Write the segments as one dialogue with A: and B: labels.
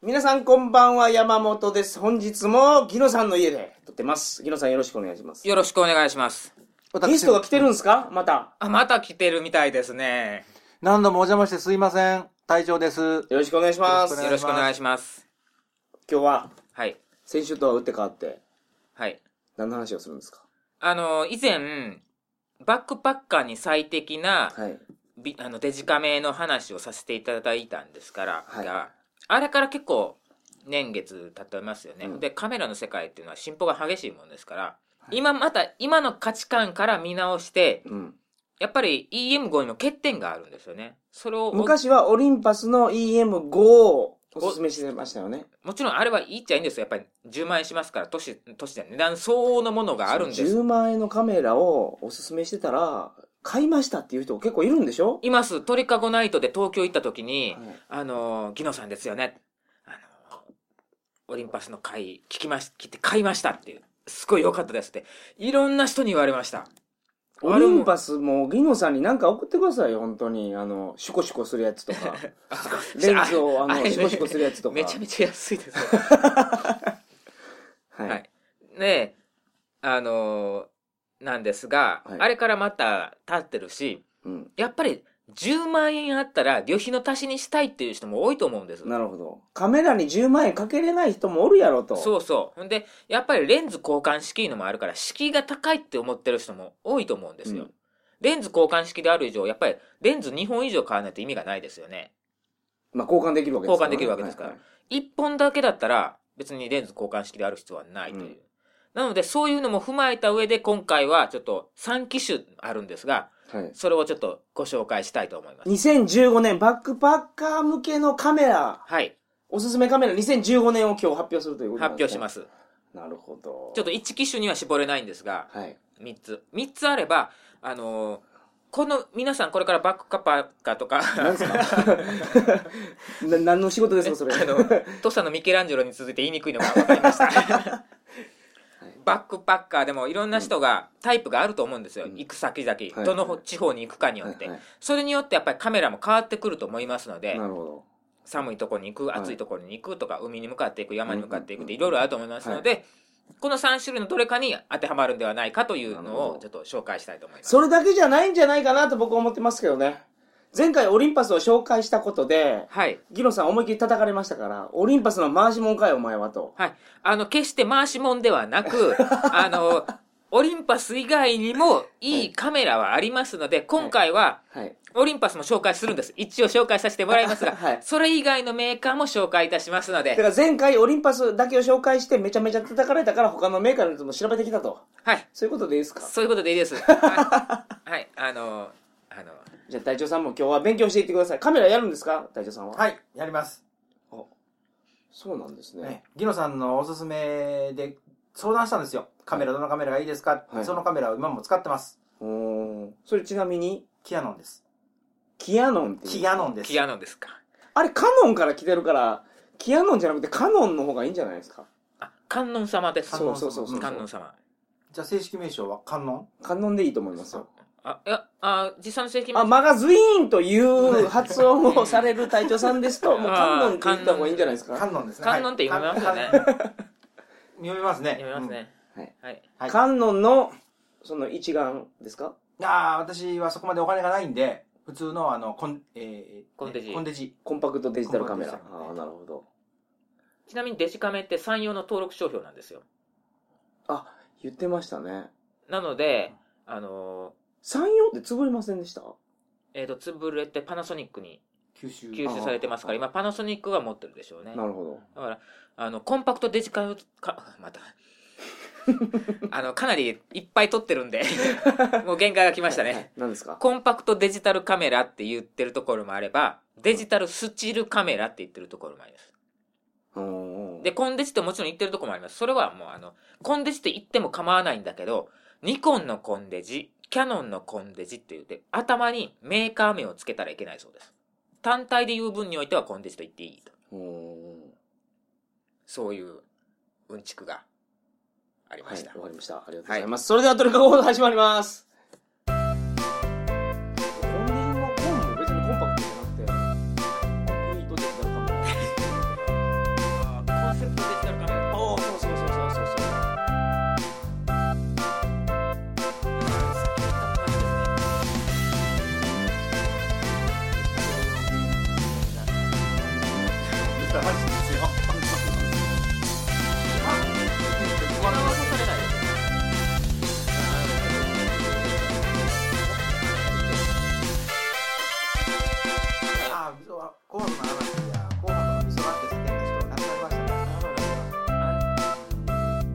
A: 皆さんこんばんは、山本です。本日も、ギノさんの家で撮ってます。ギノさんよろしくお願いします。
B: よろしくお願いします。
A: ゲ
C: 私
A: ストが来てるんですかまた。
B: あ、また来てるみたいですね。
C: 何度もお邪魔してすいません。隊長です。
A: よろしくお願いします。
C: よ
B: よろしくお願いします。
A: 今日は、
B: はい。
A: 先週とは打って変わって、
B: はい。
A: 何の話をするんですか
B: あの、以前、バックパッカーに最適な、
A: はい。
B: びあのデジカメの話をさせていただいたんですから、
A: はい
B: があれから結構年月経ってますよね、
A: うん
B: でカメラの世界っていうのは進歩が激しいもんですから、今また今の価値観から見直して
A: うん。
B: やっぱり EM5 にも欠点があるんですよねそれを
A: 昔はオリンパスの EM5 をおすすめしてましたよね。
B: もちろんあれはいいっちゃいいんですよやっぱり10万円しますから都市都市で値段相応のものがあるんです
A: 10万円のカメラをおすすめしてたら、買いましたっていう人結構いるんでしょ、
B: います鳥かごナイトで東京行った時に、
A: はい
B: あの、ギノさんですよね。あの、オリンパスの会、聞きまし、聞いて買いましたっていう。すごい良かったですって。いろんな人に言われました。
A: オリンパスもギノさんに何か送ってくださいよ、本当に。あの、シュコシュコするやつとか。レンズを、あの、シュコシュコするやつとか。
B: めちゃめちゃ安いですよ。
A: は。
B: はいい。ねあの、なんですが、
A: はい
B: あれからまた経ってるし、
A: うん。
B: やっぱり10万円あったら旅費の足しにしたいっていう人も多いと思うんです。
A: なるほど。カメラに10万円かけれない人もおるやろと。
B: そうそう。ほんで、やっぱりレンズ交換式いうのもあるから、敷居が高いって思ってる人も多いと思うんですよ。
A: うん
B: レンズ交換式である以上、やっぱりレンズ2本以上買わないと意味がないですよね。
A: まあ、交換できるわけです
B: 交換できるわけですから
A: はい
B: 1本だけだったら、別にレンズ交換式である必要はないという。
A: うん
B: なので、そういうのも踏まえた上で、今回はちょっと3機種あるんですが、
A: はい。はい
B: それをちょっとご紹介したいと思います。
A: 2015年バックパッカー向けのカメラ、
B: はい。
A: おすすめカメラ2015年を今日発表するということ
B: 発表しますす。
A: ね。なるほど。
B: ちょっと1機種には絞れないんですが、
A: はい。
B: 3つ。3つあれば、あのーこの、皆さんこれからバックカッパーカとか、
A: 何ですかな何の仕事ですか、それ。
B: あ の、トサのミケランジェロに続いて言いにくいのが分かりました。バックパッカーでもいろんな人がタイプがあると思うんですよ。行く先々、
A: い
B: どの地方に行くかによって、
A: はいはい
B: それによってやっぱりカメラも変わってくると思いますので
A: な、るほど。
B: 寒いところに行く、
A: はい
B: 暑いところに行くとか、海に向かっていく、山に向かっていくっていろいろあると思いますので、この3種類のどれかに当てはまるんではないかという
A: なるほ
B: の
A: ど
B: をちょっと紹介したいと思います。
A: それだけじゃないんじゃないかなと僕は思ってますけどね。前回オリンパスを紹介したことで、
B: はい。
A: ギノさん思いっきり叩かれましたから、オリンパスの回しもんかいお前はと。
B: はい。あの、決して回しもんでは なく、あの、オリンパス以外にもいいカメラはありますので、今回は
A: はい。
B: オリンパスも紹介するんです。一応紹介させてもらいます が、
A: はい
B: それ以外のメーカーも紹介いたしますの
A: だか
B: で、
A: ら前回オリンパスだけを紹介してめちゃめちゃ叩かれたから他のメーカーのやつも調べてきたと。
B: はい。
A: そういうことでいいですか
B: そういうことでい いです。はい。はい、あの、あの、
A: じゃあ隊長さんも今日は勉強していってください。カメラやるんですか隊長さんは。い。
C: はい、やります。
A: そうなんですね
C: ね。、ギノさんのおすすめで相談したんですよ。カメラ、どのカメラがいいですか、
A: はい
C: そのカメラを今も使ってます。
A: うーん。それちなみに、
C: キヤノンです。
A: キアノンっていう。
C: キヤノンです
B: キ。アノンですか。
A: あれカノンから来てるから、キアノンじゃなくてカノンの方がいいんじゃないですか
B: あ、観音様です。
C: 観
A: そう
C: 音
A: そうそうそう。
B: 観音様。
C: じゃあ正式名称は観音
A: カノンでいいと思いますよ。
B: あ、いや、あ、実際の正規
A: あ、
B: 名
A: マガズイーンという発音をされる隊長さんですと、もうカンノンって言った方がいいんじゃないですか。
C: 観音ですね。
B: 観音って読みますよね
C: はい。観音読みますね。
B: 読みますね。
A: はい。
B: はい。
C: はい
A: カンノンの、その一眼ですか
C: うん。ああ、私はそこまでお金がないんで、普通のあの、コン、えー、
B: コンデジ
C: コンデジ。
A: コンパクトデジタルカメラ。
C: コ
A: あ
C: ンパクトデジタル
A: あー、なるほど。
B: ちなみにデジカメって山用の登録商標なんですよ。
A: あ、言ってましたね。
B: なので、あの
A: 山陽って潰れませんでした
B: ーえっ、と、潰れてパナソニックに
C: 九州。
B: 吸収されてますから、今パナソニックが持ってるでしょうね。
A: なるほど。
B: だから、あの、コンパクトデジカメを、か、 また。あの、かなりいっぱい撮って るんで、もう限界が来ましたね。
A: 何ですか
B: コンパクトデジタルカメラって言ってるところもあれば、デジタルスチールカメラって言ってるところもあります。
A: うーん
B: で、コンデジってもちろん言ってるとこもあります。それはもうあの、コンデジって言っても構わないんだけど、ニコンのコンデジ、キャノンのコンデジって言って、頭にメーカー名をつけたらいけないそうです。単体で言う分においてはコンデジと言っていいと。
A: うーん。
B: そういううんちくがありま
A: は
B: し
A: い、
B: た。
A: わかりました。ありがとうございます。それではトリカゴード始まります。コンデジのコンも別にコンパクトじゃなくて、コンクリートデジタルカメラ。
C: したらマジですよ。
B: これは刺されない
C: あー、そうコーンの話や、コーンの味噌ラテ好きな人亡くなりましたね。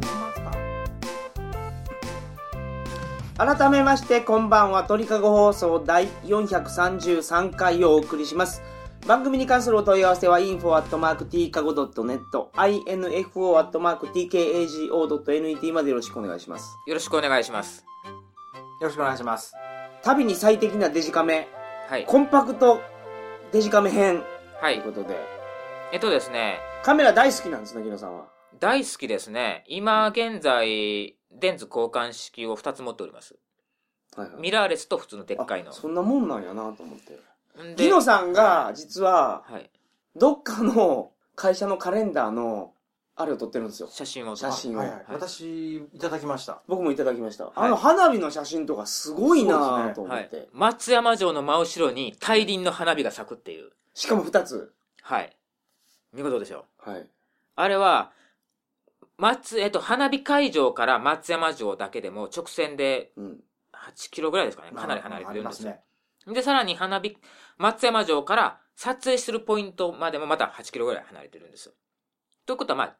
C: 見ますか
A: 改めましてこんばんは鳥かご放送第433回をお送りします番組に関するお問い合わせは info.tkago.net info.tkago.net までよろしくお願いします
B: よろしくお願いします
C: よろしくお願いします。
A: 旅に最適なデジカメ
B: はい
A: コンパクトデジカメ編
B: は
A: という
B: い
A: ことで
B: えっとですね
A: カメラ大好きなんですね木野さんは
B: 大好きですね今現在レンズ交換式を2つ持っております
A: はいはい
B: ミラーレスと普通のでっかいの
A: あそんなもんなんやなと思って
B: んで
A: 木野さんが実は
B: はい
A: どっかの会社のカレンダーのあれを撮ってるんですよ
B: 写真を
A: 写真を、
C: はいはい。私、いただきました。
A: 僕もいただきました、あの花火の写真とかすごいなぁと思
B: は
A: っ
B: い
A: て、、
B: 松山城の真後ろに大輪の花火が咲くっていう
A: しかも2つ
B: はい見事でしょ
A: はい
B: あれは、松、えっと、花火会場から松山城だけでも直線で
A: うん
B: 8キロぐらいですかね。かなり離れてるん
C: ま
B: ですすよ。
C: ね。
B: で、さらに花火、松山城から撮影するポイントまでもまた8キロぐらい離れてるんですよ。ということは、まあ、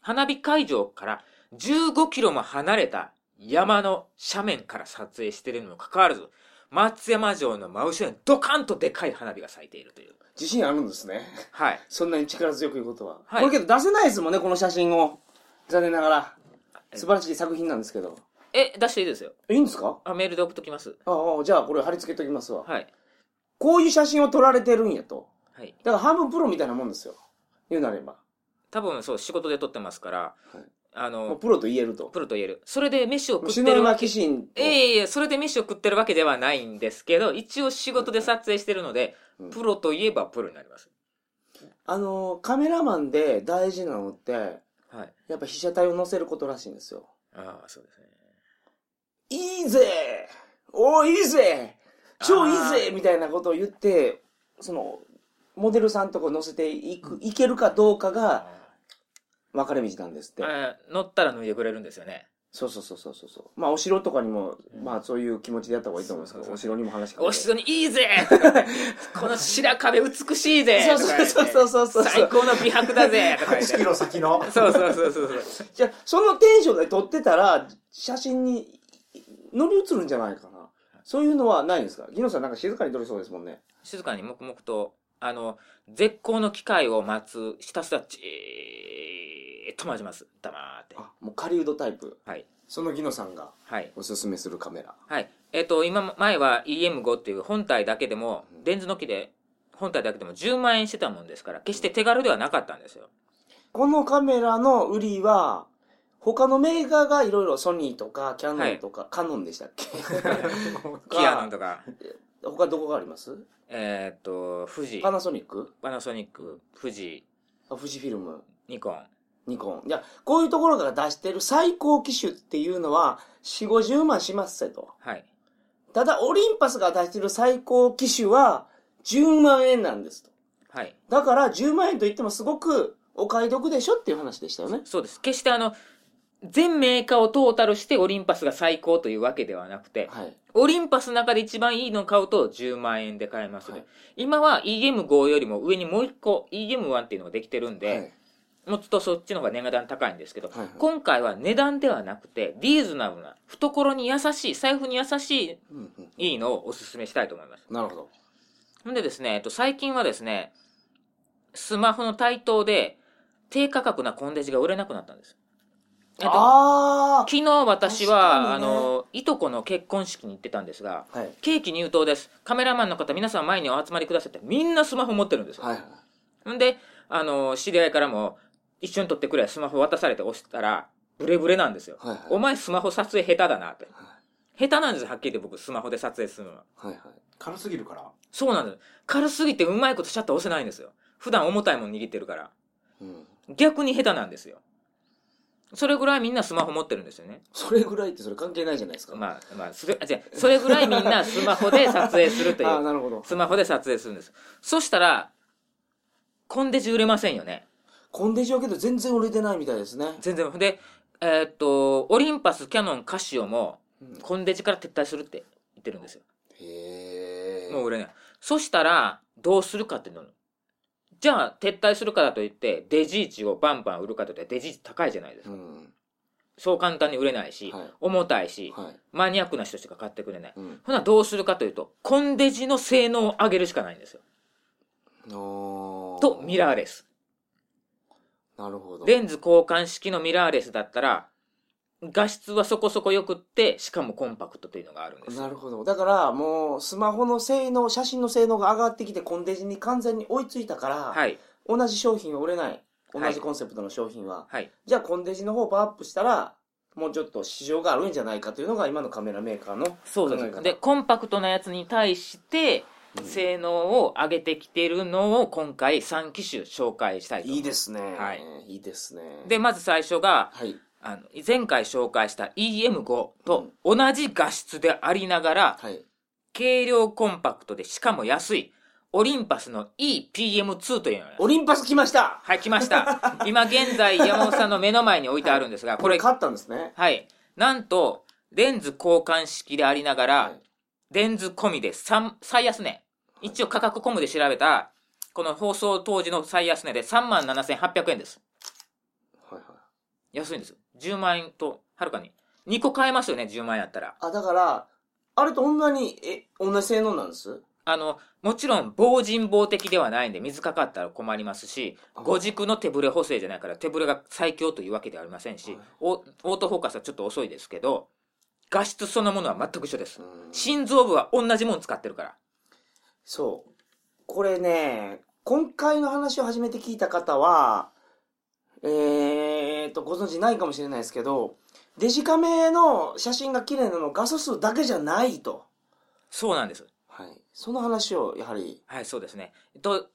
B: 花火会場から15キロも離れた山の斜面から撮影しているにもかかわらず、松山城の真後ろにドカンとでかい花火が咲いているという。
A: 自信あるんですね
B: はい。
A: そんなに力強く言うことは、
B: はい
A: これけど出せないですもんねこの写真を残念ながら素晴らしい作品なんですけど
B: え、出していいですよ。
A: いいんですか
B: あメールで送っときます。
A: ああじゃあこれ貼り付けときますわ、
B: はい。
A: こういう写真を撮られてるんやと
B: はい。
A: だから半分プロみたいなもんですよ言うなれば
B: 多分そう仕事で撮ってますから、
A: はい
B: あ
A: もう
B: の
A: プロと言えると
B: プロと言えるそれで飯を食っ
A: 篠
B: てる
A: 山
B: わけ
A: 紀信と
B: いやいやいやそれで飯を食ってるわけではないんですけど一応仕事で撮影してるので、
A: うん
B: プロといえばプロになります、
A: あのカメラマンで大事なのって
B: はい
A: やっぱ被写体を載せることらしいんですよ
B: ああそうですね
A: いいぜおーいいぜ超いいぜ
B: あー
A: みたいなことを言って、その、モデルさんとこ乗せていく、いけるかどうかが分かれ道なんですって。
B: あー乗ったら脱いでくれるんですよね
A: そうそうそうそうそう。まあ、お城とかにも、
B: うん
A: まあ、そういう気持ちでやった方がいいと思うんですけど、
B: そう
A: お
B: そうそ
A: 城にも話しかけて
B: お人に「い いぜ!」この白壁美しいぜ!」とか言って
A: そうそうそうそうそう
B: 最高の美白 だぜ!」とか言って
C: 8キロ先の。
B: そうそうそうそうそう
A: じゃあそのテンションで撮ってたら、写真に乗り移るんじゃないかな。そういうのはないんですかギノさんなんか静かに撮れそうですもんね。
B: 静かに黙々とあの絶好の機会を待つひたすらじーっと待ちます黙って
A: あ、もう狩人タイプ。
B: はい
A: そのギノさんが
B: はい
A: おすすめするカメラ。
B: はいえっ、と今前は EM5 っていう本体だけでもレンズの機で本体だけでも10万円してたもんですから決して手軽ではなかったんですよ
A: このカメラの売りは、他のメーカーがいろいろソニーとかキャノンとか、カノンでしたっけ
B: キアノンとか
A: 他どこがあります
B: えっ、と富士
A: パナソニック
B: パナソニック富士
A: あ富士フィルム
B: ニコン
A: ニコン。いや、こういうところから出してる最高機種っていうのは、4、50万しますせと。
B: はい
A: ただ、オリンパスが出してる最高機種は、10万円なんですと。
B: はい
A: だから、10万円といってもすごくお買い得でしょっていう話でしたよね。
B: そうです決してあの全メーカーをトータルしてオリンパスが最高というわけではなくて、
A: はい。
B: オリンパスの中で一番いいのを買うと10万円で買えますね、
A: はい
B: 今は EM5 よりも上にもう一個 EM1 っていうのができてるんで、
A: はい
B: もうちょっとそっちの方が値段高いんですけど、
A: はいはい
B: 今回は値段ではなくてリーズナブルな懐に優しい財布に優し
A: うんうん
B: いいいのをおすすめしたいと思います
A: なるほど。
B: ほんでですね、えっと、最近はですねスマホの台頭で低価格なコンデジが売れなくなったんですえっと
A: あ
B: 昨日私は、あ
A: 確かにね
B: のいとこの結婚式に行ってたんですが
A: あはい。
B: ケーキ入刀です。カメラマンの方、皆さん前にお集まりくださいって、みんなスマホ持ってるんですよ。
A: はいはい。
B: んで、あの、知り合いからも、一緒に撮ってくれ、スマホ渡されて押したら、ブレブレなんですよ。
A: はいはい
B: お前スマホ撮影下手だなって。
A: は
B: 下手なんですよ、はっきり言って僕、スマホで撮影するのは。
A: はいはい。
C: 軽すぎるから。
B: そうなんです。軽すぎてうまいことシャッター押せないんですよ。普段重たいもん握ってるから。
A: うん。
B: 逆に下手なんですよ。それぐらいみんなスマホ持ってるんですよね。
A: それぐらいってそれ関係ないじゃないですか。
B: まあ、まあ、それ、あ違うそれぐらいみんなスマホで撮影するという。
A: ああ、なるほど。
B: スマホで撮影するんです。そしたら、コンデジ売れませんよね。
A: コンデジオけど全然売れてないみたいですね。
B: 全然。で、えーっと、オリンパス、キャノン、カシオも、
A: うん
B: コンデジから撤退するって言ってるんですよ。
A: へえ。
B: もう売れない。そしたら、どうするかってなる。じゃあ、撤退するからといって、デジーチをバンバン売るかといって、デジーチ高いじゃないです
A: う
B: か。
A: ん。
B: そう簡単に売れないし、
A: はい
B: 重たいし、
A: はい。
B: マニアックな人しか買ってくれない。
A: うん。
B: ほな、どうするかというと、コンデジの性能を上げるしかないんですよ。
A: おー
B: と、ミラーレス。
A: なるほど。
B: レンズ交換式のミラーレスだったら、画質はそこそこ良くって、しかもコンパクトというのがあるんです。
A: なるほど。だから、もう、スマホの性能、写真の性能が上がってきて、コンデジに完全に追いついたから、
B: はい。
A: 同じ商品は売れない。同
B: はい
A: じコンセプトの商品は。
B: はい。
A: じゃあ、コンデジの方をパワーアップしたら、もうちょっと市場があるんじゃないかというのが、今のカメラメーカーの。
B: そう
A: 考え
B: で
A: 方
B: す。で、コンパクトなやつに対して、性能を上げてきてるのを今回3機種紹介したいと思。
A: いいですすね。
B: はい
A: い。いですね。
B: で、まず最初が、
A: はい。
B: あの、前回紹介した EM5 と同じ画質でありながら、
A: はい。
B: 軽量コンパクトでしかも安い、オリンパスの EPM2 というのが
A: オリンパス来ました
B: はい、来 ました。今現在山本さんの目の前に置いてあるんですが、こ
A: これ、
B: れ、
A: 勝ったんですね。
B: はい。なんと、レンズ交換式でありながら、
A: はい
B: レンズ込みで三最安値。一応価格コムで調べた、この放送当時の最安値で37,800円です。
A: はいはい。
B: 安いんですよ。10万円と、はるかに。2個買えますよね、10万円やったら。
A: あ、だから、あれと同じ、え、同じ性能なんです
B: あの、もちろん、防塵防滴ではないんで、水かかったら困りますし、
A: あ
B: 五軸の手ブレ補正じゃないから、手ブレが最強というわけではありませんし、オオートフォーカスはちょっと遅いですけど、画質そのものは全く一緒です
A: う。ん
B: 心臓部は同じもの使ってるから。
A: そう。これね、今回の話を初めて聞いた方は、えーと、ご存知ないかもしれないですけど、デジカメの写真が綺麗なの画素数だけじゃないと。
B: そうなんです。
A: はい。その話を、やはり、
B: はい、そうですね。えっと、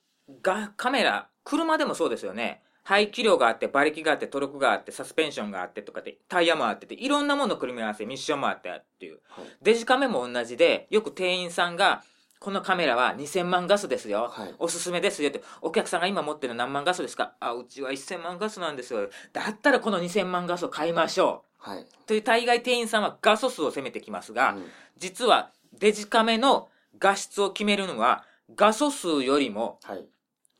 B: が、カメラ、車でもそうですよね。排気量があって、馬力があって、トルクがあって、サスペンションがあってとかで、タイヤもあってて、いろんなものの組み合わせ、ミッションもあってっていう。
A: はい。
B: デジカメも同じで、よく店員さんが、このカメラは2000万画素ですよ。
A: はい
B: おすすめですよって、お客さんが今持ってる何万画素ですかあ、うちは1000万画素なんですよ。だったらこの2000万画素買いましょ
A: はい。
B: う。という大概店員さんは画素数を攻めてきますが、
A: うん
B: 実はデジカメの画質を決めるのは画素数よりも、
A: はい。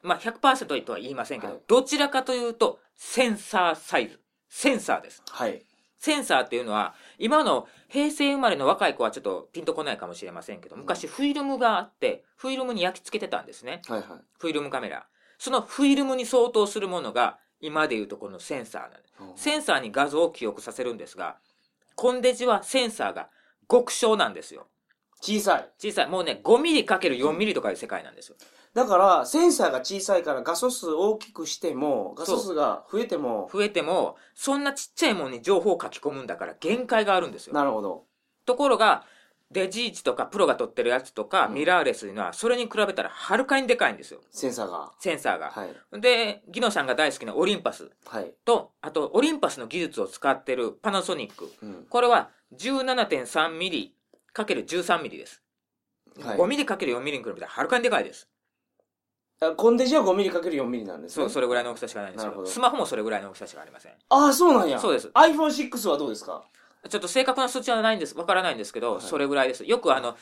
B: まあ、100%とは言いませんけど、
A: はい
B: どちらかというとセンサーサイズ。センサーです。
A: はい。
B: センサーっていうのは、今の平成生まれの若い子はちょっとピンとこないかもしれませんけど、
A: うん
B: 昔フィルムがあって、フィルムに焼き付けてたんですね。
A: はい。はい。
B: フィルムカメラ。そのフィルムに相当するものが、今でいうとこのセンサーなんです。
A: うん
B: センサーに画像を記憶させるんですが、コンデジはセンサーが極小なんですよ。
A: 小さい。
B: 小さい。もうね、5ミリかける4ミリとかいう世界なんですよ。
A: だから、センサーが小さいから画素数大きくしても、画素数が増えても、
B: 増えても、そんなちっちゃいもんに情報を書き込むんだから限界があるんですよ。
A: なるほど。
B: ところが、デジーチとかプロが撮ってるやつとか、
A: うん
B: ミラーレスというのは、それに比べたらはるかにでかいんですよ。
A: センサーが。
B: センサーが。
A: はい。
B: で、ギノさんが大好きなオリンパス
A: はい。
B: と、あと、オリンパスの技術を使ってるパナソニック。
A: うん。
B: これは 17.3mm×13mm です。
A: はい。
B: 5mm×4mm に比べたらはるかにでかいです。
A: あコンデジは5ミリかける4ミリなんです
B: そ
A: ね。
B: う、それぐらいの大きさしかないんです
A: なるほ
B: よ。
A: ど
B: スマホもそれぐらいの大きさしかありません。
A: ああ、そうなんや。
B: そうです
A: iPhone6 はどうですか
B: ちょっと正確な数値はないんです、わからないんですけど、
A: はい
B: それぐらいです。よくあの、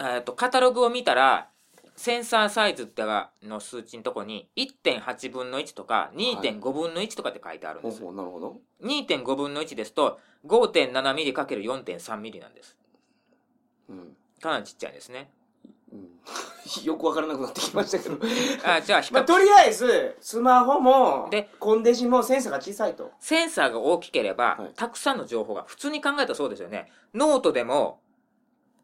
B: えっと、カタログを見たら、センサーサイズってがの数値のとこに、1.8分の1とか、2.5分の1とかって書いてあるん
A: ほう
B: です。
A: ほう、なるほど。
B: 2.5分の1ですと、5.7ミリかける4.3ミリなんです。
A: うん。
B: かなりちっちゃいですね。
A: うん よくわからなくなってきましたけど。
B: あじゃあ、比
A: まあ、
B: 較、
A: とりあえず、スマホも
B: で、
A: コンデジもセンサーが小さいと。
B: センサーが大きければ、
A: はい
B: たくさんの情報が、普通に考えたらそうですよね。ノートでも、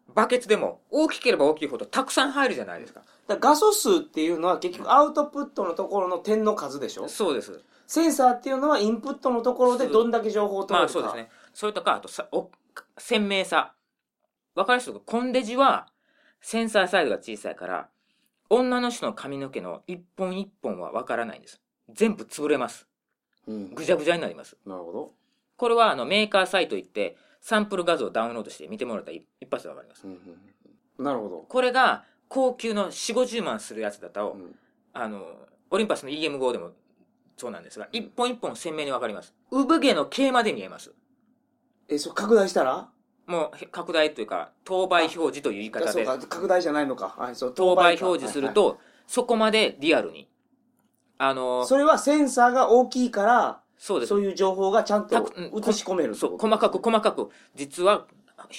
B: バケツでも、大きければ大きいほどたくさん入るじゃないですか。
A: だから画素数っていうのは結局アウトプットのところの点の数でしょ
B: そうです。
A: センサーっていうのはインプットのところでどんだけ情報を取
B: ま
A: れる
B: あ
A: か。
B: そうですね。それとか、あとさ、お、鮮明さ。わかりやすく、コンデジは、センサーサイズが小さいから、女の人の髪の毛の一本一本はわからないんです。全部潰れます。
A: うん。
B: ぐちゃぐちゃになります。
A: なるほど。
B: これは、あの、メーカーサイト行って、サンプル画像をダウンロードして見てもらったら一一発でわかります。
A: うんうんうんなるほど。
B: これが、高級の4、50万するやつだと、
A: うん
B: あの、オリンパスの EM5 でもそうなんですが、一本一本鮮明にわかります。産毛の毛まで見えます。
A: え、そう、拡大したら
B: もうへ拡大というか、等倍表示という言い
A: あ
B: 方
A: そう
B: で、
A: か、拡大じゃないのか。はい、そう、
B: 等倍
A: か
B: 表示する、
A: はい
B: と、そこまでリアルに。あ
A: は
B: の
A: いそれはセンサーが大きいから、
B: そうです
A: そういう情報がちゃんと
B: たくうん
A: 映し込めるって
B: そう
A: こと
B: 細かく細かく実は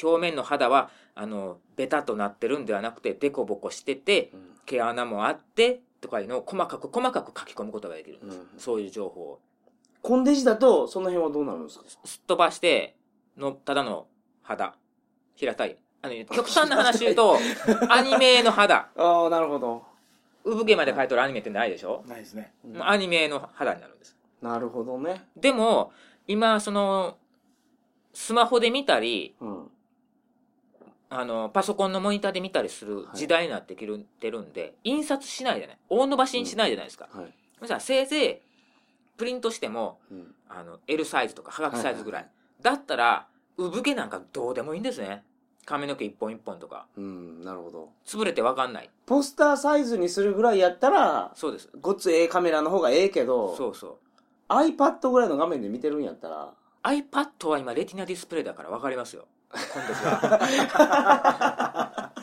B: 表面の肌はあのベタとなってるんではなくてデコボコしてて
A: うん
B: 毛穴もあってとかいうのを細かく細かく書き込むことができるんです、
A: うん
B: そういう情報を
A: コンデジだと、その辺はどうなるんですか
B: すっ飛ばしてのただの肌平たいあの極端な話言うとアニメの肌
A: ああ、なるほど。
B: 産毛まで描いてるアニメってないでしょ、
D: ないですね。
A: うん
B: もうアニメの肌になるんです
A: なるほどね。
B: でも今そのスマホで見たり
A: うん。
B: あの、パソコンのモニターで見たりする
A: はい
B: 時代になってきる、てるんで、印刷しないじゃない。大伸ばしにしないじゃないですか。
A: はい。
B: そしたらせいぜい、プリントしても、
A: うん
B: あの、L サイズとか、はがきサイズぐらい。
A: は
B: だったら、産毛なんかどうでもいいんですね。髪の毛一本一本とか。
A: うん、なるほど。
B: 潰れてわかんない。
A: ポスターサイズにするぐらいやったら、
B: そうです。
A: ごっつええカメラの方がええけど、
B: そうそう。
A: iPad ぐらいの画面で見てるんやった ら、
B: iPad は今、レティナディスプレイだからわかりますよ。今度
A: あ、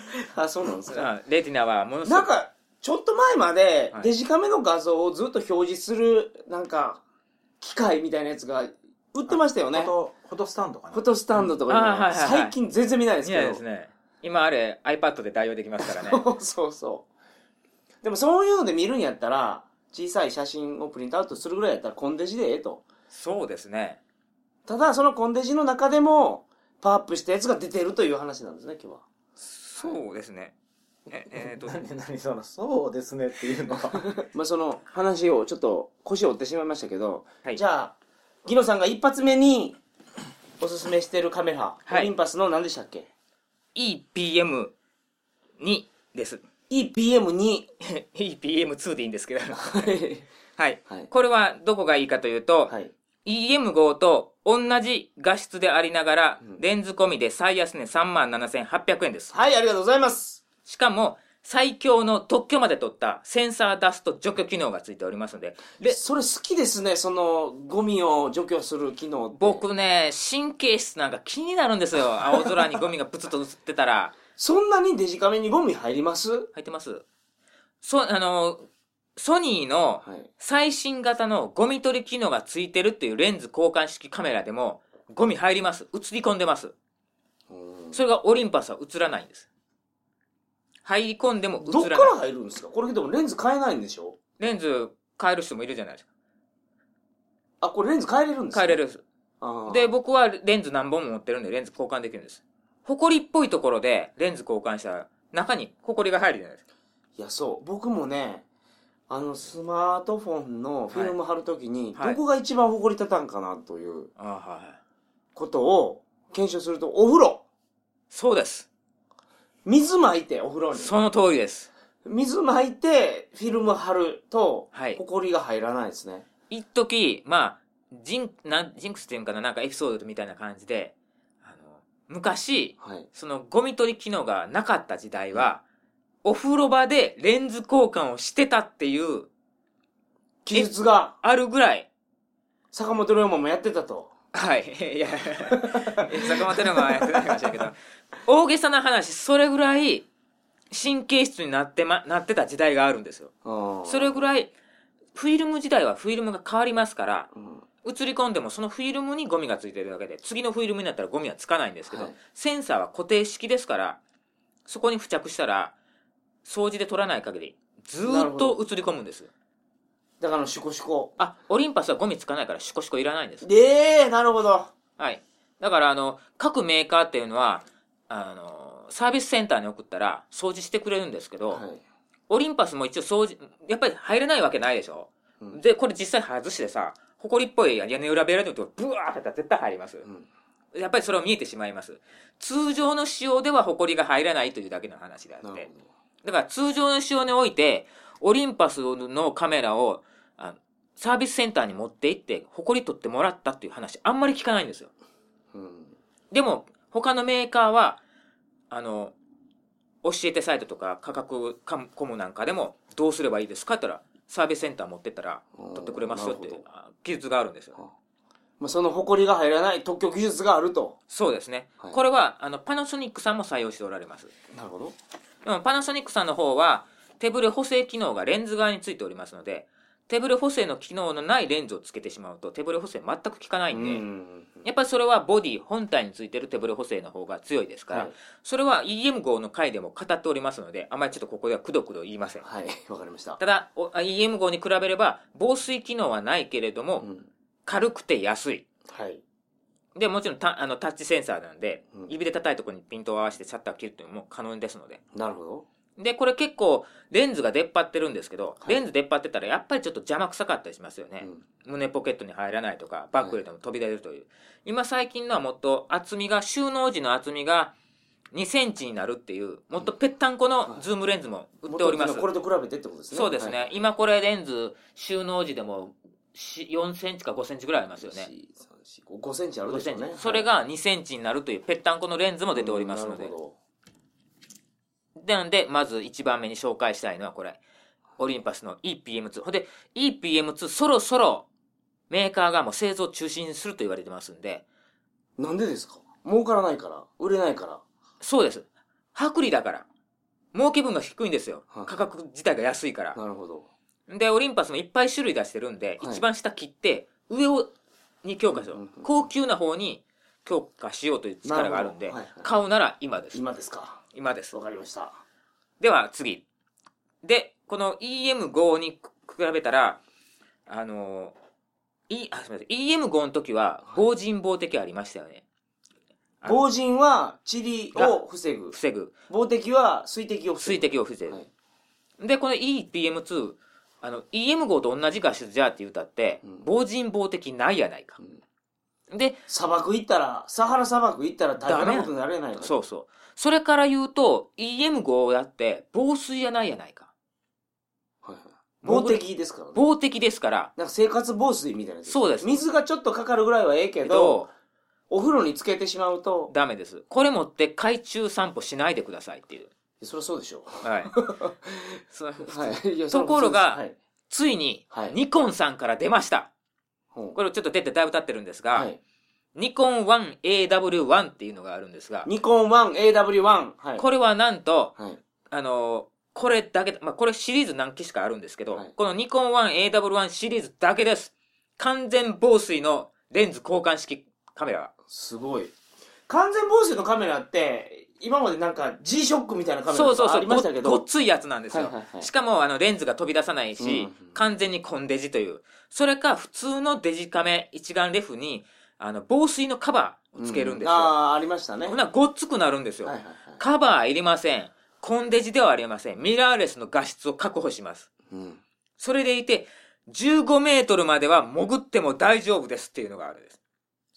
A: そうなんですか。
B: は。うんレティナはものすご
A: なん
B: く、
A: か、ちょっと前まで
B: はい
A: デジカメの画像をずっと表示する、なんか、機械みたいなやつが売ってましたよ
C: フォ
A: ね。
C: ト、フォトスタンドか
A: フォ
C: な。
A: トスタンドとかいうの
B: あはいはいはい
A: 最近全然見ないです
B: い
A: け
B: や
A: ど。
B: ですね。今あれ、iPad で代用できますからね。
A: そう そうそう。でもそういうので見るんやったら、小さい写真をプリントアウトするぐらいやったらコンデジでええと。
B: そうですね。
A: ただ、そのコンデジの中でも、パワーアップしたやつが出てるという話なんですね、今日は。
B: そうですね。え、えーと、
D: 何何そのそうですねっていうのは
A: まあ、その話をちょっと腰を折ってしまいましたけど、
B: はい
A: じゃあ、ギノさんが一発目におすすめしてるカメラ、
B: はい
A: オリンパスの何でしたっけ
B: EPM2 です。
A: ?EPM2。
B: EPM2 でいいんですけど。はい。
A: はい。
B: これはどこがいいかというと、
A: はい。
B: EM5 と同じ画質でありながら、
A: うん
B: レンズ込みで最安値37,800円です。
A: はい、ありがとうございます。
B: しかも、最強の特許まで取ったセンサーダスト除去機能がついておりますので、で
A: で、、それ好きですね、その、ゴミを除去する機能って。
B: 僕ね、神経質なんか気になるんで すよ。青空にゴミがプツッと映ってたら。
A: そんなにデジカメにゴミ入ります
B: 入ってますそ、あの、ソニーの
A: はい。
B: 最新型のゴミ取り機能がついてるっていうレンズ交換式カメラでも、ゴミ入ります。映り込んでます。それがオリンパスは映らないんです。入り込んでも
A: どっ
B: 映
A: からら
B: ない。
A: 入るんですかこれでもレンズ変えないんでしょ
B: レンズ変える人もいるじゃないですか。
A: あ、これレンズ変えれるんです
B: 変
A: か
B: えれるんです。
A: あー
B: で、僕はレンズ何本も持ってるんで、レンズ交換できるんです。ホコリっぽいところでレンズ交換したら、中にホコリが入るじゃないですか。
A: いや、そう。僕もね、あの、スマートフォンのフィルム貼るときに、
B: はいはい
A: どこが一番埃立たんかなという
B: あはい。
A: ことを検証すると、お風呂
B: そうです。
A: 水まいて、お風呂に。
B: その通りです。
A: 水まいて、フィルム貼ると、
B: はい
A: 埃が入らないですね。
B: 一時まあジンなんジンクスっていうのかななんかエピソードみたいな感じであの昔
A: はい。
B: そのゴミ取り機能がなかった時代は、お風呂場でレンズ交換をしてたっていう
A: 記述が、
B: あるぐらい
A: 坂本龍馬もやってたと。
B: はいいや 坂本龍馬はやってましたけど大げさな話それぐらい神経質になって,、ま、なってた時代があるんですよそれぐ
A: い。
B: らいフィルム時代はフィルムが変わりますから
A: うん
B: 映り込んでもそのフィルムにゴミがついてるだけで次のフィルムになったらゴミはつかないんですけど、
A: はい
B: センサーは固定式ですからそこに付着したら掃除で取らない限りずーっと映り込むんです
A: だから、シュコシュコ。
B: あオリンパスはゴミつかないからシコシコいらないんです
A: でー、なるほど。
B: はいだからあの各メーカーっていうのはあのサービスセンターに送ったら掃除してくれるんですけど、
A: はい。
B: オリンパスも一応掃除やっぱり入れないわけないでしょ、
A: うん
B: でこれ実際外してさ埃っぽい屋根裏部屋のとこブワーってやったら絶対入ります、
A: うん
B: やっぱりそれを見えてしまいます。通常の仕様ではホコリが入らないというだけの話であ
A: な
B: って
A: る。ほど。
B: だから通常の仕様において、オリンパスのカメラをあのサービスセンターに持って行って、ホコリ取ってもらったっていう話、あんまり聞かないんですよ。
A: うん
B: でも、他のメーカーは、あの、教えてサイトとか価格カムコムなんかでも、どうすればいいですかって言ったら、サービスセンター持ってったら
A: うん
B: 取ってくれますよって
A: なるほど
B: あ技術があるんですよ
A: はまあ、その誇りが入らない特許技術があると
B: そうですね、
A: はい
B: これはあのパナソニックさんも採用しておられます
A: なるほど
B: でもパナソニックさんの方は手ブレ補正機能がレンズ側についておりますので手ブレ補正の機能のないレンズをつけてしまうと手ブレ補正全く効かないんで、
A: うん
B: やっぱりそれはボディ本体についてる手ブレ補正の方が強いですから、
A: はい
B: それは EM 号の回でも語っておりますのであまりちょっとここではくどくど言いません
A: はい わかりました
B: ただおあ EM 号に比べれば防水機能はないけれども、
A: うん
B: 軽くて安い
A: はい
B: でもちろんたあのタッチセンサーなんで、
A: うん
B: 指で叩いたところにピントを合わせてシャッターを切るというのも可能ですので
A: なるほど
B: でこれ結構レンズが出っ張ってるんですけど、
A: はい
B: レンズ出っ張ってたらやっぱりちょっと邪魔くさかったりしますよね、
A: うん
B: 胸ポケットに入らないとかバッグ入れても飛び出るという、今最近のはもっと厚みが収納時の厚みが2センチになるっていうもっとぺったんこのズームレンズも売っております、
A: 元々のこれと比べてってことですね
B: そうですね、
A: はい
B: 今これレンズ収納時でもし4センチか5センチぐらいありますよね
A: 1 2 3 4 5センチある
B: 5
A: でし
B: セ
A: ょ
B: ン
A: う
B: チ、
A: ね
B: それが2センチになるというぺったんこのレンズも出ておりますので、
A: うんなるほ
B: なので、まず1番目に紹介したいのはこれ。オリンパスの EPM2。ほんで、EPM2 そろそろメーカーがもう製造中止にすると言われてますんで、
A: どなんでですか儲からないから売れないから
B: そうです。薄利だから。儲け分が低いんですよ
A: は。い
B: 価格自体が安いから。
A: なるほど
B: で、オリンパスもいっぱい種類出してるんで、
A: はい
B: 一番下切って、上を、に強化しよ
A: うんうん
B: う
A: うん。
B: 高級な方に強化しようという力があるんで、
A: なるほどはいはい
B: 買うなら今です。
A: 今ですか
B: 今です。
A: わかりました
B: では次。で、この EM5 に比べたら、あの、E、あ、すみません。EM5 の時は、防人防的ありましたよね。あの
A: 防塵は塵を防ぐ
B: 防ぐ。
A: 防滴は水滴を防ぐ
B: 水滴を防ぐ。
A: はい
B: で、この EPM2、あの、EM5 と同じ画質じゃって言うたって、
A: うん
B: 防人防的ないやないか。で、
A: 砂漠行ったらサハラ砂漠行ったら大変なことになれないから
B: そうそう。それから言うと、EM5 だって、防水やないやないか。
A: はいはい防滴ですからね
B: 防的ですから、
A: なんか生活防水みたいなやつ
B: そうです
A: 水がちょっとかかるぐらいはええけ
B: け
A: ど
B: ど、
A: お風呂につけてしまうと
B: ダメです。これ持って海中散歩しないでくださいっていう。
A: そりゃそうで しょ
B: はい。 そう
A: はいいや
B: ところ
A: そりゃ
B: が
A: そうです
B: ついに、
A: はい
B: ニコンさんから出ました。
A: はい
B: これちょっと出てだいぶ経ってるんですが、
A: はい
B: ニコン 1AW1 っていうのがあるんですが、
A: ニコン 1AW1 はい
B: これはなんと、
A: はい
B: あのーこれだけ、まあ、これシリーズ何機しかあるんですけど、
A: はい
B: このニコン 1AW1 シリーズだけです。完全防水のレンズ交換式カメラが。
A: すごい完全防水のカメラって今までなんか G ショックみたいなカメラ
B: そ
A: と
B: うそう
A: か
B: そ
A: あ
B: う
A: りましたけ
B: ごご
A: ど
B: っついやつなんですよ、
A: はいはいはい
B: しかもあのレンズが飛び出さないし、
A: うんうん
B: 完全にコンデジというそれか普通のデジカメ一眼レフにあの防水のカバーをつけるんです
A: あ
B: よ、
A: あありましたね
B: ほんならごっつくなるんですよ、
A: はいはいはい
B: カバーいりませんコンデジではありませんミラーレスの画質を確保します
A: うん
B: それでいて15メートルまでは潜っても大丈夫ですっていうのがあるんです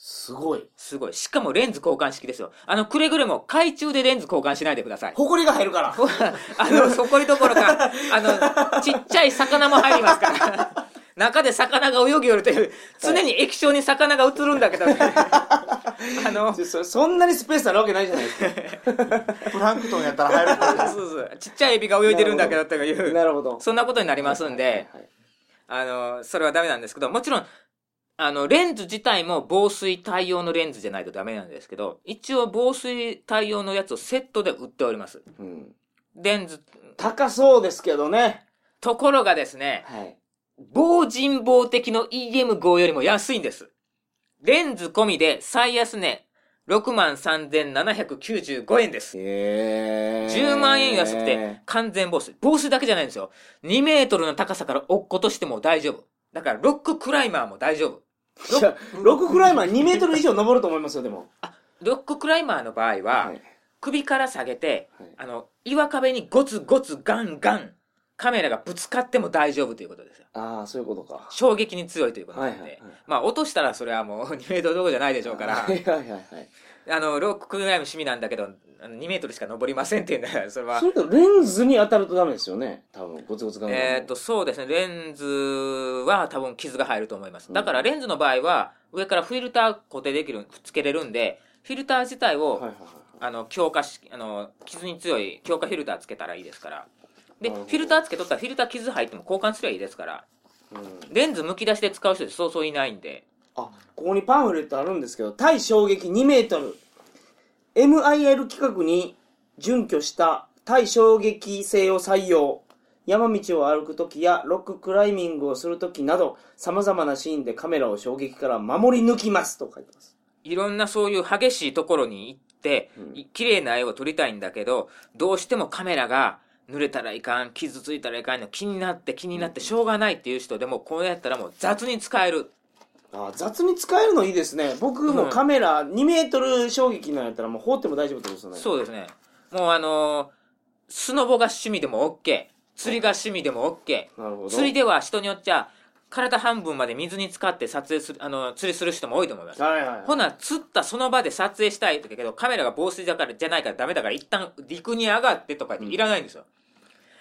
A: すごい
B: すごいしかもレンズ交換式ですよあのくれぐれも海中でレンズ交換しないでください
A: ほこりが入るから
B: ほらあの、そこりどころか、あの、ちっちゃい魚も入りますから。中で魚が泳ぎよるという、常に液晶に魚が映るんだけど、あの、 そう
A: そそそんなにスペースあるわけないじゃない です
C: プランクト ンやったら入るから
B: そうちっちゃいエビが泳いでるんだけどとい
A: か
B: う、
A: なるほど
B: そんなことになりますんで、
A: はいはい
B: あの、それはダメなんですけど、もちろん、あの、レンズ自体も防水対応のレンズじゃないとダメなんですけど、一応防水対応のやつをセットで売っております。
A: うん
B: レンズ、
A: 高そうですけどね
B: ところがですね、
A: はい
B: 防人防的の EM5 よりも安いんです。レンズ込みで最安値63,795円です。
A: え
B: 10万円安くて完全防水。防水だけじゃないんですよ。2メートルの高さから落っことしても大丈夫。だからロッククライマーも大丈夫。
A: いやロッククライマー2メートル以上登ると思いますよでも
B: ロッククライマーの場合は、
A: はい
B: 首から下げて、
A: はい
B: あの、岩壁にゴツゴツガンガン、カメラがぶつかっても大丈夫ということですよ。
A: ああそういうことか
B: 衝撃に強いということなんで。
A: はいはいはい
B: まあ落としたらそれはもう2メートル どころじゃないでしょうから
A: は。いはいはいはい
B: あの、ロッククライム趣味なんだけど、あの2メートルしか登りませんっていうんだから、それは
A: そ。れとレンズに当たるとダメですよね多分ゴツゴツ感が
B: えーっと、そうですね、レンズは多分傷が入ると思います。だからレンズの場合は、上からフィルター固定できる、つけれるんで、フィルター自体を、
A: はいはいはい
B: あの、強化し、あの、傷に強い強化フィルターつけたらいいですから、で
A: な
B: フ
A: るほど
B: ィルターつけとったらフィルター傷入っても交換すればいいですから
A: うん
B: レンズむき出しで使う人ってそうそういないんで
A: あここにパンフレットあるんですけど対衝撃2メートル MIL 規格に準拠した対衝撃性を採用山道を歩く時やロッククライミングをする時などさまざまなシーンでカメラを衝撃から守り抜きますと書いてます
B: いろんなそういう激しいところに行って、い綺麗な絵を撮りたいんだけど、どうしてもカメラが濡れたらいかん、傷ついたらいかんの気になって気になってしょうがないっていう人でも、こうやったらもう雑に使える。
A: あ雑に使えるのいいですね僕もカメラ2メートル衝撃なんやったらもう放っても大丈夫ってことですよね
B: そうですね。もうあのースノボが趣味でも OK。釣りが趣味でも OK。
A: なるほど
B: 釣りでは人によっちゃ、体半分まで水に浸かって撮影する、あの、釣りする人も多いと思います。
A: はいはい
B: ほな、釣ったその場で撮影したいだけど、カメラが防水だからじゃないからダメだから、一旦陸に上がってとかっていらないんですよ。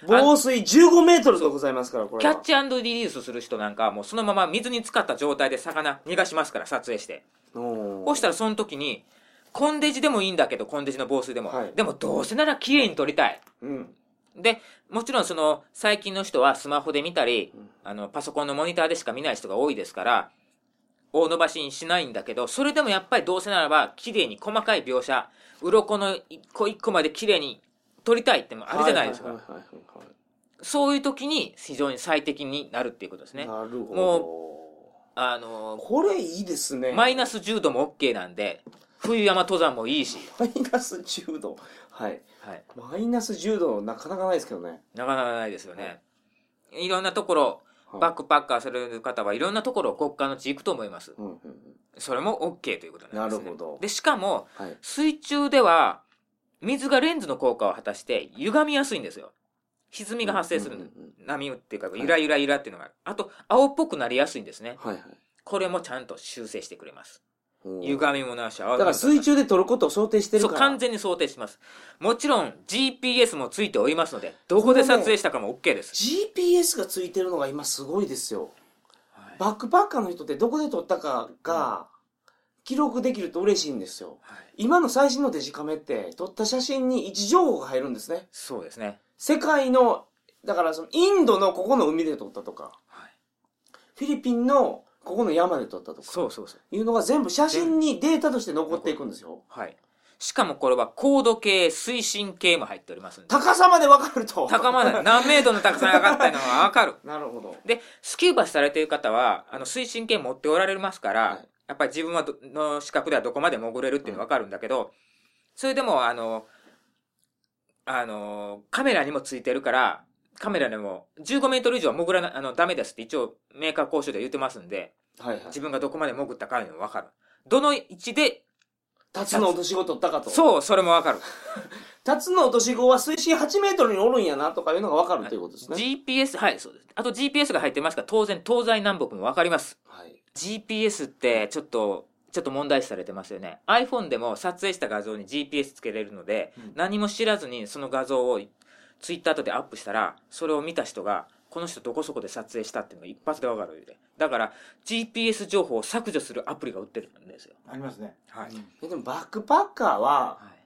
A: 防水15メートルでございますからこれ
B: キ
A: は
B: ャッチリリースする人なんかはもうそのまま水に浸かった状態で魚逃がしますから撮影して。
A: おー
B: こうしたらその時に、コンデジでもいいんだけど、コンデジの防水でも。
A: はい
B: でもどうせなら綺麗に撮りたい。
A: うん
B: で、もちろんその、最近の人はスマホで見たり、あの、パソコンのモニターでしか見ない人が多いですから、大伸ばしにしないんだけど、それでもやっぱりどうせならば、綺麗に細かい描写、鱗の一個一個まで綺麗に撮りたいってもあるじゃないですか。
A: はいはいはいはいはい
B: そういう時に非常に最適になるっていうことですね。
A: なるほど。
B: あの
A: これいいですね。
B: マイナス10度も OK なんで、冬山登山もいいし、
A: マイナス10度。はい。
B: はい、
A: マイナス10度、なかなかないですけどね。
B: なかなかないですよね。いろんなところ、
A: はい
B: バックパッカーされる方はいろんなところを極寒の地行くと思います。
A: うんうんうん。
B: それも OK ということになんです、ね。
A: なるほど
B: で、しかも、
A: はい。
B: 水中では、水がレンズの効果を果たして、歪みやすいんですよ。歪みが発生するんです
A: うんうん
B: 波打っていうか、ゆらゆらゆらっていうのがある。あと、青っぽくなりやすいんですね。
A: はいはい。
B: これもちゃんと修正してくれます。
A: おー
B: 歪みもなし、青
A: だか
B: みもな
A: ら
B: し
A: 水中で撮ることを想定してる
B: そう
A: から。
B: 完全に想定しますもちろん GPS もついておりますのでどこで撮影したかも OK です、
A: GPS がついてるのが今すごいですよ。
B: はい
A: バックパッカーの人ってどこで撮ったかが、記録できると嬉しいんですよ。
B: はい
A: 今の最新のデジカメって、撮った写真に位置情報が入るんですね。
B: そうですね、
A: 世界の、だからその、インドのここの海で撮ったとか。
B: はい、
A: フィリピンのここの山で撮ったとか
B: そうそうそう
A: いうのが全部写真にデータとして残っていくんですよ
B: はいしかもこれは高度計推進計も入っておりますので
A: 高さまで分かると
B: 高まない何メートルの高さに上がったのが分かる
A: なるほど
B: でスキューバされている方はあの推進計持っておられますから、
A: はい
B: やっぱり自分はどの資格ではどこまで潜れるっていうの分かるんだけど、それでもあのあのカメラにもついてるからカメラでも15メートル以上は潜らなあのダメですって一応メーカー講習で言ってますんで
A: はいはい
B: 自分がどこまで潜ったかいうのも分かるどの位置で
A: タツノオトシゴ撮ったかと
B: そうそれも分かる
A: タツノオトシゴは水深8メートルにおるんやなとかいうのが分かるということですね、
B: GPS はいそうですあと GPS が入ってますから当然東西南北も分かります
A: はい、
B: GPS ってちょっとちょっと問題視されてますよね iPhone でも撮影した画像に GPS つけれるので、
A: うん
B: 何も知らずにその画像を Twitter とでアップしたらそれを見た人がこの人どこそこで撮影したっていうのが一発でわかるんでだから GPS 情報を削除するアプリが売ってるんですよ
C: ありますね。
B: はい、
A: えでもバックパッカーは
B: はい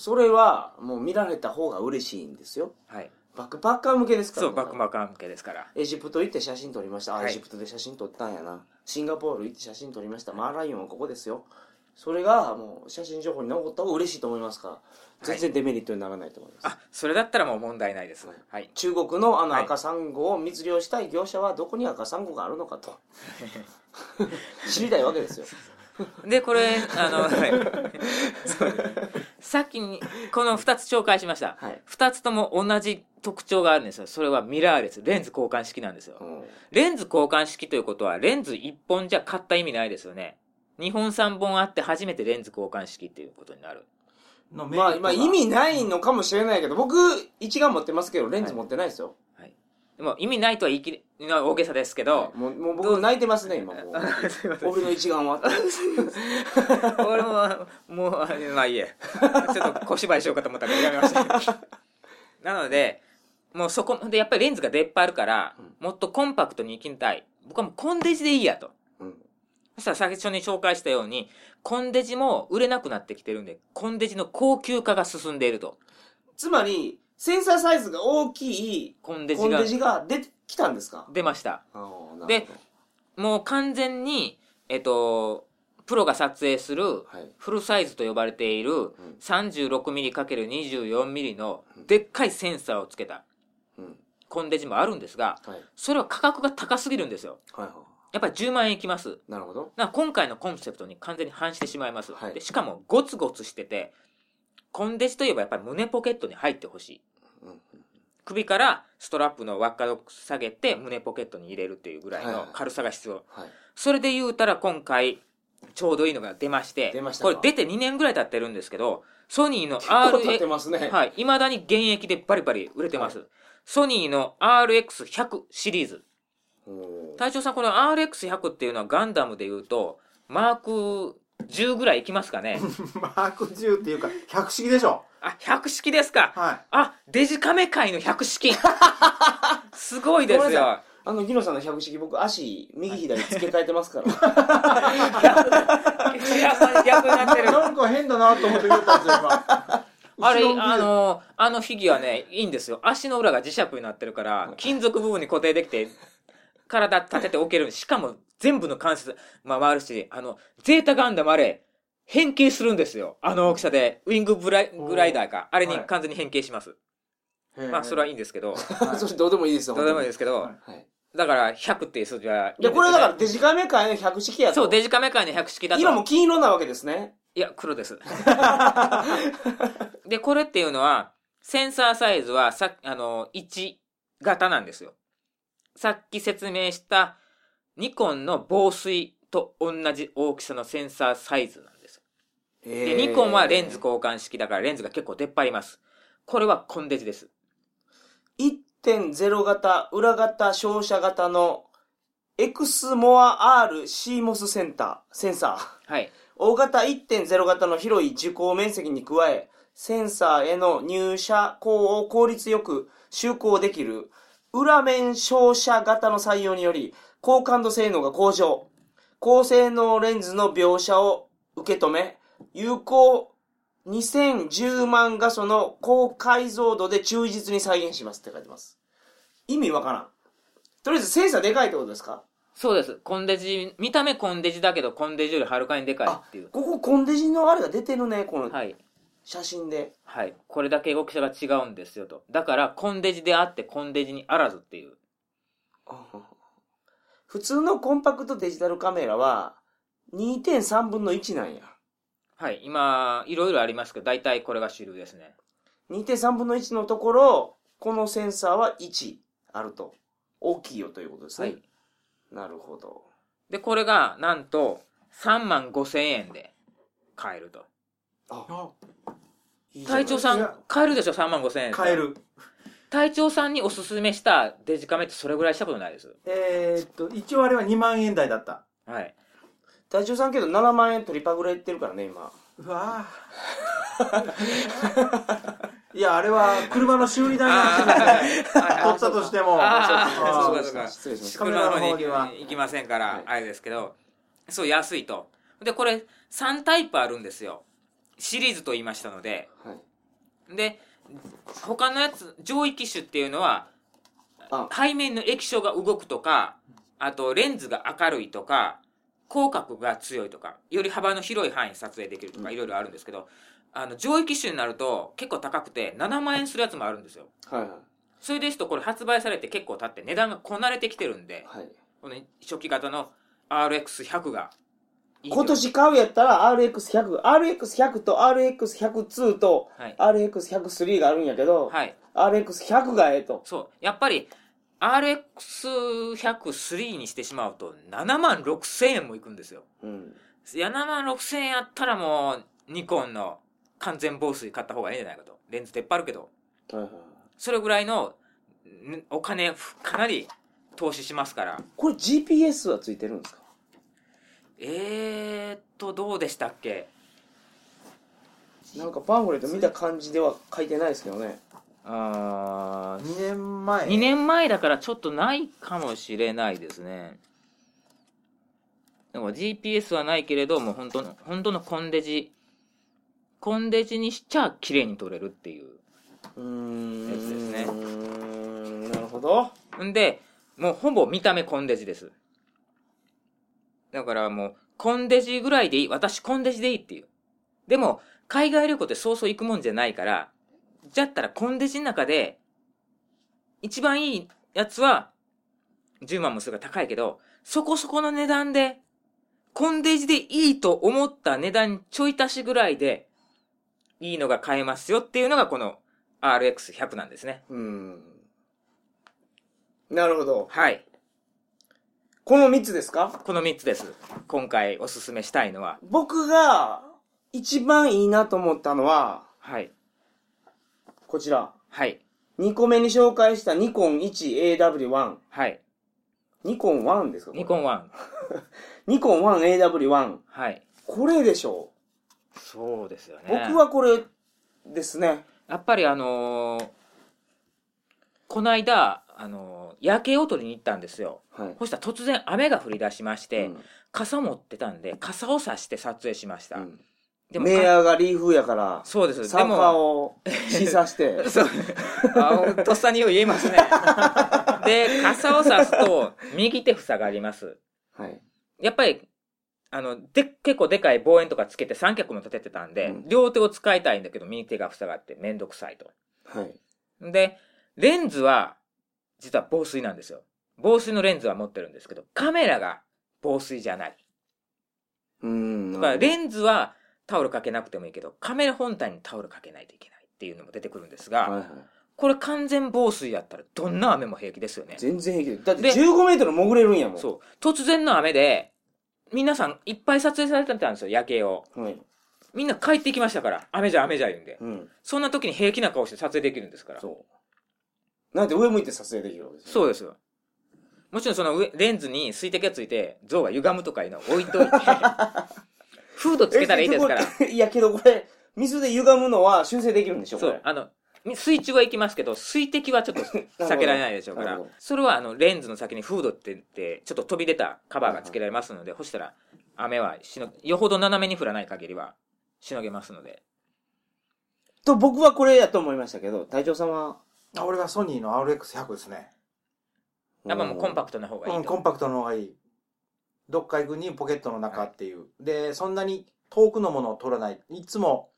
A: それはもう見られた方が嬉しいんですよ
B: はい、
A: バックパッカー向けですから
B: そ
A: ね、
B: うバックマーカー向けですから
A: エジプト行って写真撮りましたあ、
B: はい
A: エジプトで写真撮ったんやなシンガポール行って写真撮りましたマーライオンはここですよそれがもう写真情報に残った方が嬉しいと思いますから全然デメリットにならないと思います、
B: あそれだったらもう問題ないです
A: はい
B: はい
A: 中国のあの
B: はい
A: 赤サンゴを密漁したい業者はどこに赤サンゴがあるのかと知りたいわけですよ
B: でこれあの、 はいそうですねさっきにこの2つ紹介しました、
A: はい
B: 2つとも同じ特徴があるんですよそれはミラーレスレンズ交換式なんですよ、
A: うん
B: レンズ交換式ということはレンズ1本じゃ買った意味ないですよね2本3本あって初めてレンズ交換式っていうことになる
C: のメリ
A: まあ、
C: ットが
A: まあ意味ないのかもしれないけど僕一眼持ってますけどレンズ持ってないですよ、
B: でも意味ないとは言い切れのは大げさですけど、
A: もうもう僕泣いてますね今もう
B: すいません
A: 俺の一眼は
B: 俺ももうあまあいいえちょっと小芝居しようかと思ったからやめましたなのでもうそこでやっぱりレンズが出っ張るから、もっとコンパクトにいきたい僕はもうコンデジでいいやと
A: うん
B: そしたら最初に紹介したようにコンデジも売れなくなってきてるんでコンデジの高級化が進んでいると
A: つまり、センサーサイズが大きい
B: コンデ
A: コ
B: ジ
A: ン
B: が
A: デジが出てきたんですか
B: 出ました
A: で
B: で、もう完全にえっとプロが撮影する
A: はい、
B: フルサイズと呼ばれている 36mm×24mm のでっかいセンサーをつけた
A: うんうん
B: コンデジもあるんですが
A: はいはい
B: それは価格が高すぎるんですよ
A: は
B: やっぱり10万円いきます
A: いなるほど
B: だから今回のコンセプトに完全に反してしまいます、
A: はい
B: でしかもゴツゴツしててコンデジといえばやっぱり胸ポケットに入ってほしい
A: うんうん
B: 首からストラップの輪っかを下げて胸ポケットに入れるっていうぐらい
A: はいはい
B: の軽さが必要、
A: はい
B: それで言うたら今回ちょうどいいのが出まして
A: 出ました
B: こ
A: か
B: れ出て2年ぐらい経ってるんですけどソニーの
A: 結構立って
B: RX
A: ますね、
B: はい未だに現役でバリバリ売れてます、ソニーの RX100 シリーズ
A: おー
B: 隊長さんこの RX100 っていうのはガンダムで言うとマーク10ぐらいいきますかね
C: マーク10っていうか、百式でしょ。
B: あ100式ですか
C: はい。
B: あデジカメ界の100式すごいで
A: ご
B: す
A: めんな
B: よ
A: あのギノさんの百式僕足右左付け替えてますから
B: 逆に逆にな ってる
C: なんか変だなと思って言ったんですよ、今。
B: あれ、
C: 後ろ向きで
B: あ、の、あのフィギュアね、いいんですよ。足の裏が磁石になってるから、金属部分に固定できて、体立てて置ける。しかも、全部の関節、まあ、回るし、あの、ゼータガンダムあれ、変形するんですよ。あの大きさで。ウィングブライグライダーか。あれに完全に変形します。
C: へえ
B: まあ、それはいいんですけど、
C: はい
A: それどうでもいいですよ
B: どうでもいいですすけど
C: はい、
A: はい
B: だから、100っていう数字はいいん
A: で
B: ですよね
A: これだからデジカメ界の百式やと
B: そう、デジカメ界の100式だと。
A: 色も金色なわけですね
B: いや、黒です。で、これっていうのは、センサーサイズはさ、あの、1型なんですよ。さっき説明したニコンの防水と同じ大きさのセンサーサイズなんです。
A: で
B: で、ニコンはレンズ交換式だからレンズが結構出っ張ります。これはコンデジです。
A: 1.0型、裏型、照射型の、エクスモア R シーモスセンター、センサー。
B: はい。
A: 大型1.0型の広い受光面積に加え、センサーへの入射光を効率よく就航できる、裏面照射型の採用により、高感度性能が向上。高性能レンズの描写を受け止め、有効2010万画素の高解像度で忠実に再現しますって書いてます。意味わからん。とりあえずセンサーでかいってことですか
B: そうです。コンデジ、見た目コンデジだけどコンデジよりはるかにでかいっていう。
A: ここコンデジのあれが出てるね、この
B: はい。
A: 写真で。
B: はい。これだけ大きさが違うんですよと。だから、コンデジであってコンデジにあらずっていう。
A: 普通のコンパクトデジタルカメラは2.3分の1なんや。
B: はい、今、いろいろありますけど、大体これが主流ですね。
A: 2.3分の1のところ、このセンサーは1あると。大きいよということですね。
B: はい。
A: なるほど。
B: で、これが、なんと、3万5千円で買えると。
A: あ、
C: あ
A: いいじゃない
B: 隊長さ
C: い
B: ん
C: や、
B: 買えるでしょ、3万5千円。
C: 変え。る。
B: 隊長さんにおすすめしたデジカメってそれぐらいしたことないです。
C: えーっと、一応あれは2万円台だった。
B: はい。
A: 隊長さんけど7万円取りパグられてるからね、今。
C: うわぁ。いや、あれは車の修理代なんですね。取ったとしても。
B: あー
C: あー
B: そうかそうか
A: 失礼しました。
C: カメラの方に
B: 車の
C: は
B: 方に行きませんか
A: は
B: ら
A: い、
B: あれですけど、そう、安いと。で、これ、3タイプあるんですよ。シリーズと言いましたので。
A: はい。
B: で、他のやつ、上位機種っていうのは、
A: あ、
B: 背面の液晶が動くとか、あとレンズが明るいとか、広角が強いとか、より幅の広い範囲撮影できるとか、いろいろあるんですけど、あの、上位機種になると結構高くて、7万円するやつもあるんですよ。
A: はいはい。
B: それですと、これ発売されて結構経って値段がこなれてきてるんで、
A: はい。
B: この初期型の RX100 がいいと
A: 今年買うやったら RX100、RX100 と RX102 と
B: はい
A: RX103 があるんやけど、
B: はい。
A: RX100 がええと。
B: そう。やっぱり、RX103 にしてしまうと、7万6千円もいくんですよ。
A: うん。
B: 7万6000円あったらもう、ニコンの完全防水買った方がいいんじゃないかと。レンズ出っ張るけど。
A: はいはい。
B: それぐらいの、んお金、ふかなり投資しますから。
A: これ GPS はついてるんですか
B: えーっと、どうでしたっけ
A: なんかパンフレット見た感じでは書いてないですけどね。
B: あ
C: 2年前。
B: 2年前だからちょっとないかもしれないですね。でも GPS はないけれど、もう本当の、本当のコンデジ、コンデジにしちゃ綺麗に撮れるっていう。
A: うーん。ほど。
B: んで、もうほぼ見た目コンデジです。だからもう、コンデジぐらいでいい。私コンデジでいいっていう。でも、海外旅行ってそうそう行くもんじゃないから、じゃったらコンデジの中で、一番いいやつは、10万もするが高いけど、そこそこの値段で、コンデジでいいと思った値段にちょい足しぐらいで、いいのが買えますよっていうのがこの RX100 なんですね。
A: うん。なるほど。
B: はい。
A: この3つですか
B: この3つです。今回おすすめしたいのは。
A: 僕が一番いいなと思ったのは、
B: はい。
A: こちら。
B: はい。
A: 2個目に紹介したニコン 1AW1。
B: はい。
A: ニコン1ですかこれ
B: ニコン1。
A: ニコン 1AW1。
B: はい。
A: これでしょ
B: そうですよね
A: う。。僕はこれですね。
B: やっぱりあのーこの間、あのー夜景を撮りに行ったんですよ。
A: はい。
B: そしたら突然雨が降り出しまして、
A: うん
B: 傘持ってたんで、傘を差して撮影しました。
A: うん
B: で
A: メーアーがリーフやから、
B: そうです。
A: サ
B: で
A: ーファー
B: も、
A: を示唆 して。
B: そう。あとっさによう言えますね。で、傘を差すと、右手塞がります。
A: はい。
B: やっぱり、あの、で、結構でかい望遠とかつけて三脚も立ててたんで、
A: うん
B: 両手を使いたいんだけど、右手が塞がってめんどくさいと。
A: はい。
B: で、レンズは、実は防水なんですよ。防水のレンズは持ってるんですけど、カメラが防水じゃない。
A: うん。
B: だから、レ
A: ン
B: ンズはタオルかけなくてもいいけど、カメラ本体にタオルかけないといけないっていうのも出てくるんです
A: は
B: が、
A: いはい。
B: これ完全防水やったら、どんな雨も平気ですよね。
A: 全然平気だよだ
B: で
A: って15メートル潜れるんやもん。
B: そう。突然の雨で、皆さんいっぱい撮影されてたんですよ、夜景を。
A: う。はい。
B: みんな帰ってきましたから、雨じゃ雨じゃ言うんで。
A: うん。
B: そんな時に平気な顔して撮影できるんですから。そう
A: そう。なんて上向いて撮影できるわけですよ
B: ですよ。もちろんその上レンズに水滴がついて、像が歪むとかいうのを置い といて、フードつけたらいいですから。
A: え。これいやけどこれ、水で歪むのは修正できるんでしょこ
B: そ
A: れ
B: う、あの、み水中は行きますけど、水滴はちょっと避けられないでしょうか
A: な
B: ら
A: るほど、
B: それはあの、レンズの先にフードって言って、ちょっと飛び出たカバーが付けられますので、干したら雨はしの、よほど斜めに降らない限りはしのげますので。
A: と、僕はこれやと思いましたけど、隊長さんは。
C: あ俺はソニーの RX100 ですね。
B: やっぱもうコンパクトな方がいいと。
C: うん、コンパクトの方がいい。どっか行くにポケットの中っていう。で、そんなに遠くのものを撮らない。いつも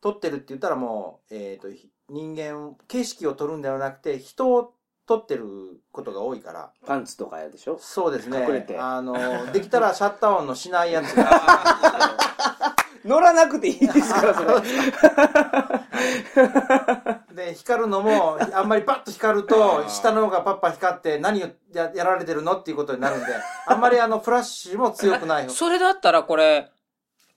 C: 撮ってるって言ったらもう、えっ、と、ひ人間、景色を撮るんではなくて、人を撮ってることが多いから。
A: パンツとかやでしょ
C: そうですね。
A: 隠れて
C: あの、できたらシャッター音のしないやつが。
A: 乗らなくていいですから、それ。
C: で、光るの も、あんまりパッと光る
B: あー
C: と、下の方がパッパ光って、何をややられてるのっていうことになるんで、あんまりあ の、フラッシュも強くない。
B: それだったらこれ、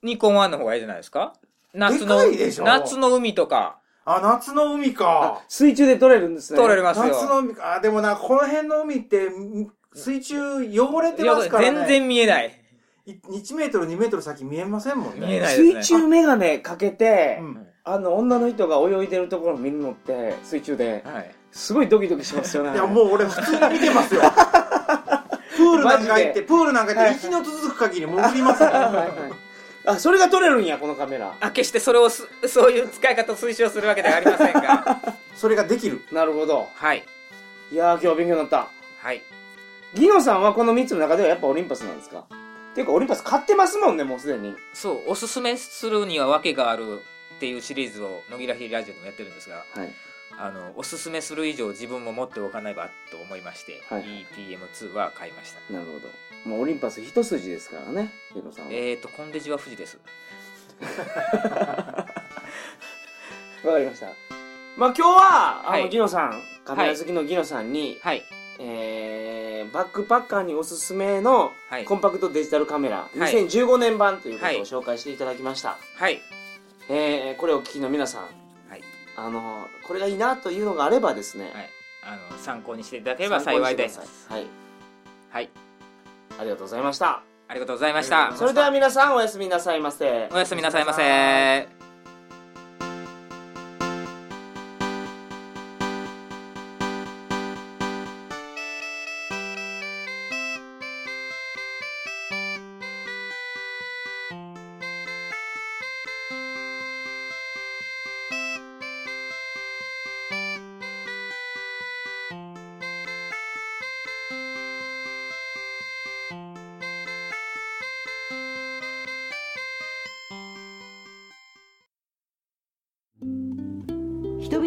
B: ニコン1の方がいいじゃないですか夏の
C: でかいでしょ
B: 夏の海とか、
C: あ、夏の海か。
A: 水中で撮れるんですね。
B: 取れれますよ。
C: 夏の海か。あ、でもな、この辺の海って、み水中汚れて
B: いや
C: ますからね。
B: 全。然見えない。
C: 1メートル、2メートル先見えませんもん
B: 見え
C: ね。
B: ないですね。
A: 水中メガネかけて
C: う、ん
A: あの、女の人が泳いでるところを見るのって、水中で、
B: はい。
A: すごいドキドキしますよね。
C: いや、もう俺普通に見てます よ。プールなんか行っ
A: マジで
C: て、プールなん
A: は
C: か
A: い
C: 行
A: はい
C: って、息の続く限り潜りますよ。
A: はい はいあ、それが撮れるんや、このカメラ。
B: あ、決してそれをす、 そういう使い方を推奨するわけではありません が。
C: それができる。
A: なるほど。
B: はい。
A: いやー、今日勉強になった。
B: はい。
A: ギノさんはこの3つの中ではやっぱオリンパスなんですかっていうか、オリンパス買ってますもんね、もうすでに。
B: そう、おすすめするには訳があるっていうシリーズを、野木らひりラジオでもやってるんですが、
A: はい。
B: あの、おすすめする以上自分も持っておかないばと思いまして、
A: はい
B: EPM2 は買いました。
A: なるほど。まあ、オリンパス一筋ですからね、ギノさんは。
B: えーと、コンデジは富士です。
A: わかりました。まあ、今日は、あの、
B: はい
A: ギノさん、カメラ好きのギノさんに、
B: はい。
A: えー、バックパッカーにおすすめの
B: はい
A: コンパクトデジタルカメラ、
B: はい
A: 2015年版ということ
B: はい
A: を紹介していただきました。
B: はい。
A: えー、これをお聞きの皆さん、
B: はい。
A: あの、これがいいなというのがあればですね、
B: はい、あの参考にしていただければ幸いです
A: 参考にしてください。はい。
B: はい
A: ありがとうございました。
B: ありがとうございました
A: それでは皆さんおやすみなさいませ。
B: おやすみなさいませ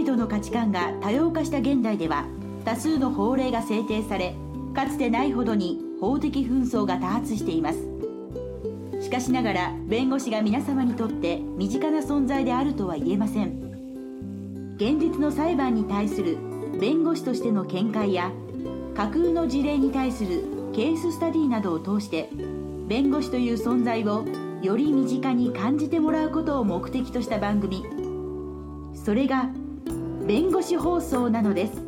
E: 々の価値観が多様化した現代では多数の法令が制定されかつてないほどに法的紛争が多発していますしかしながら弁護士が皆様にとって身近な存在であるとは言えません現実の裁判に対する弁護士としての見解や架空の事例に対するケーススタディなどを通して弁護士という存在をより身近に感じてもらうことを目的とした番組それが弁護士放送なのです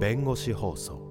F: 弁護士放送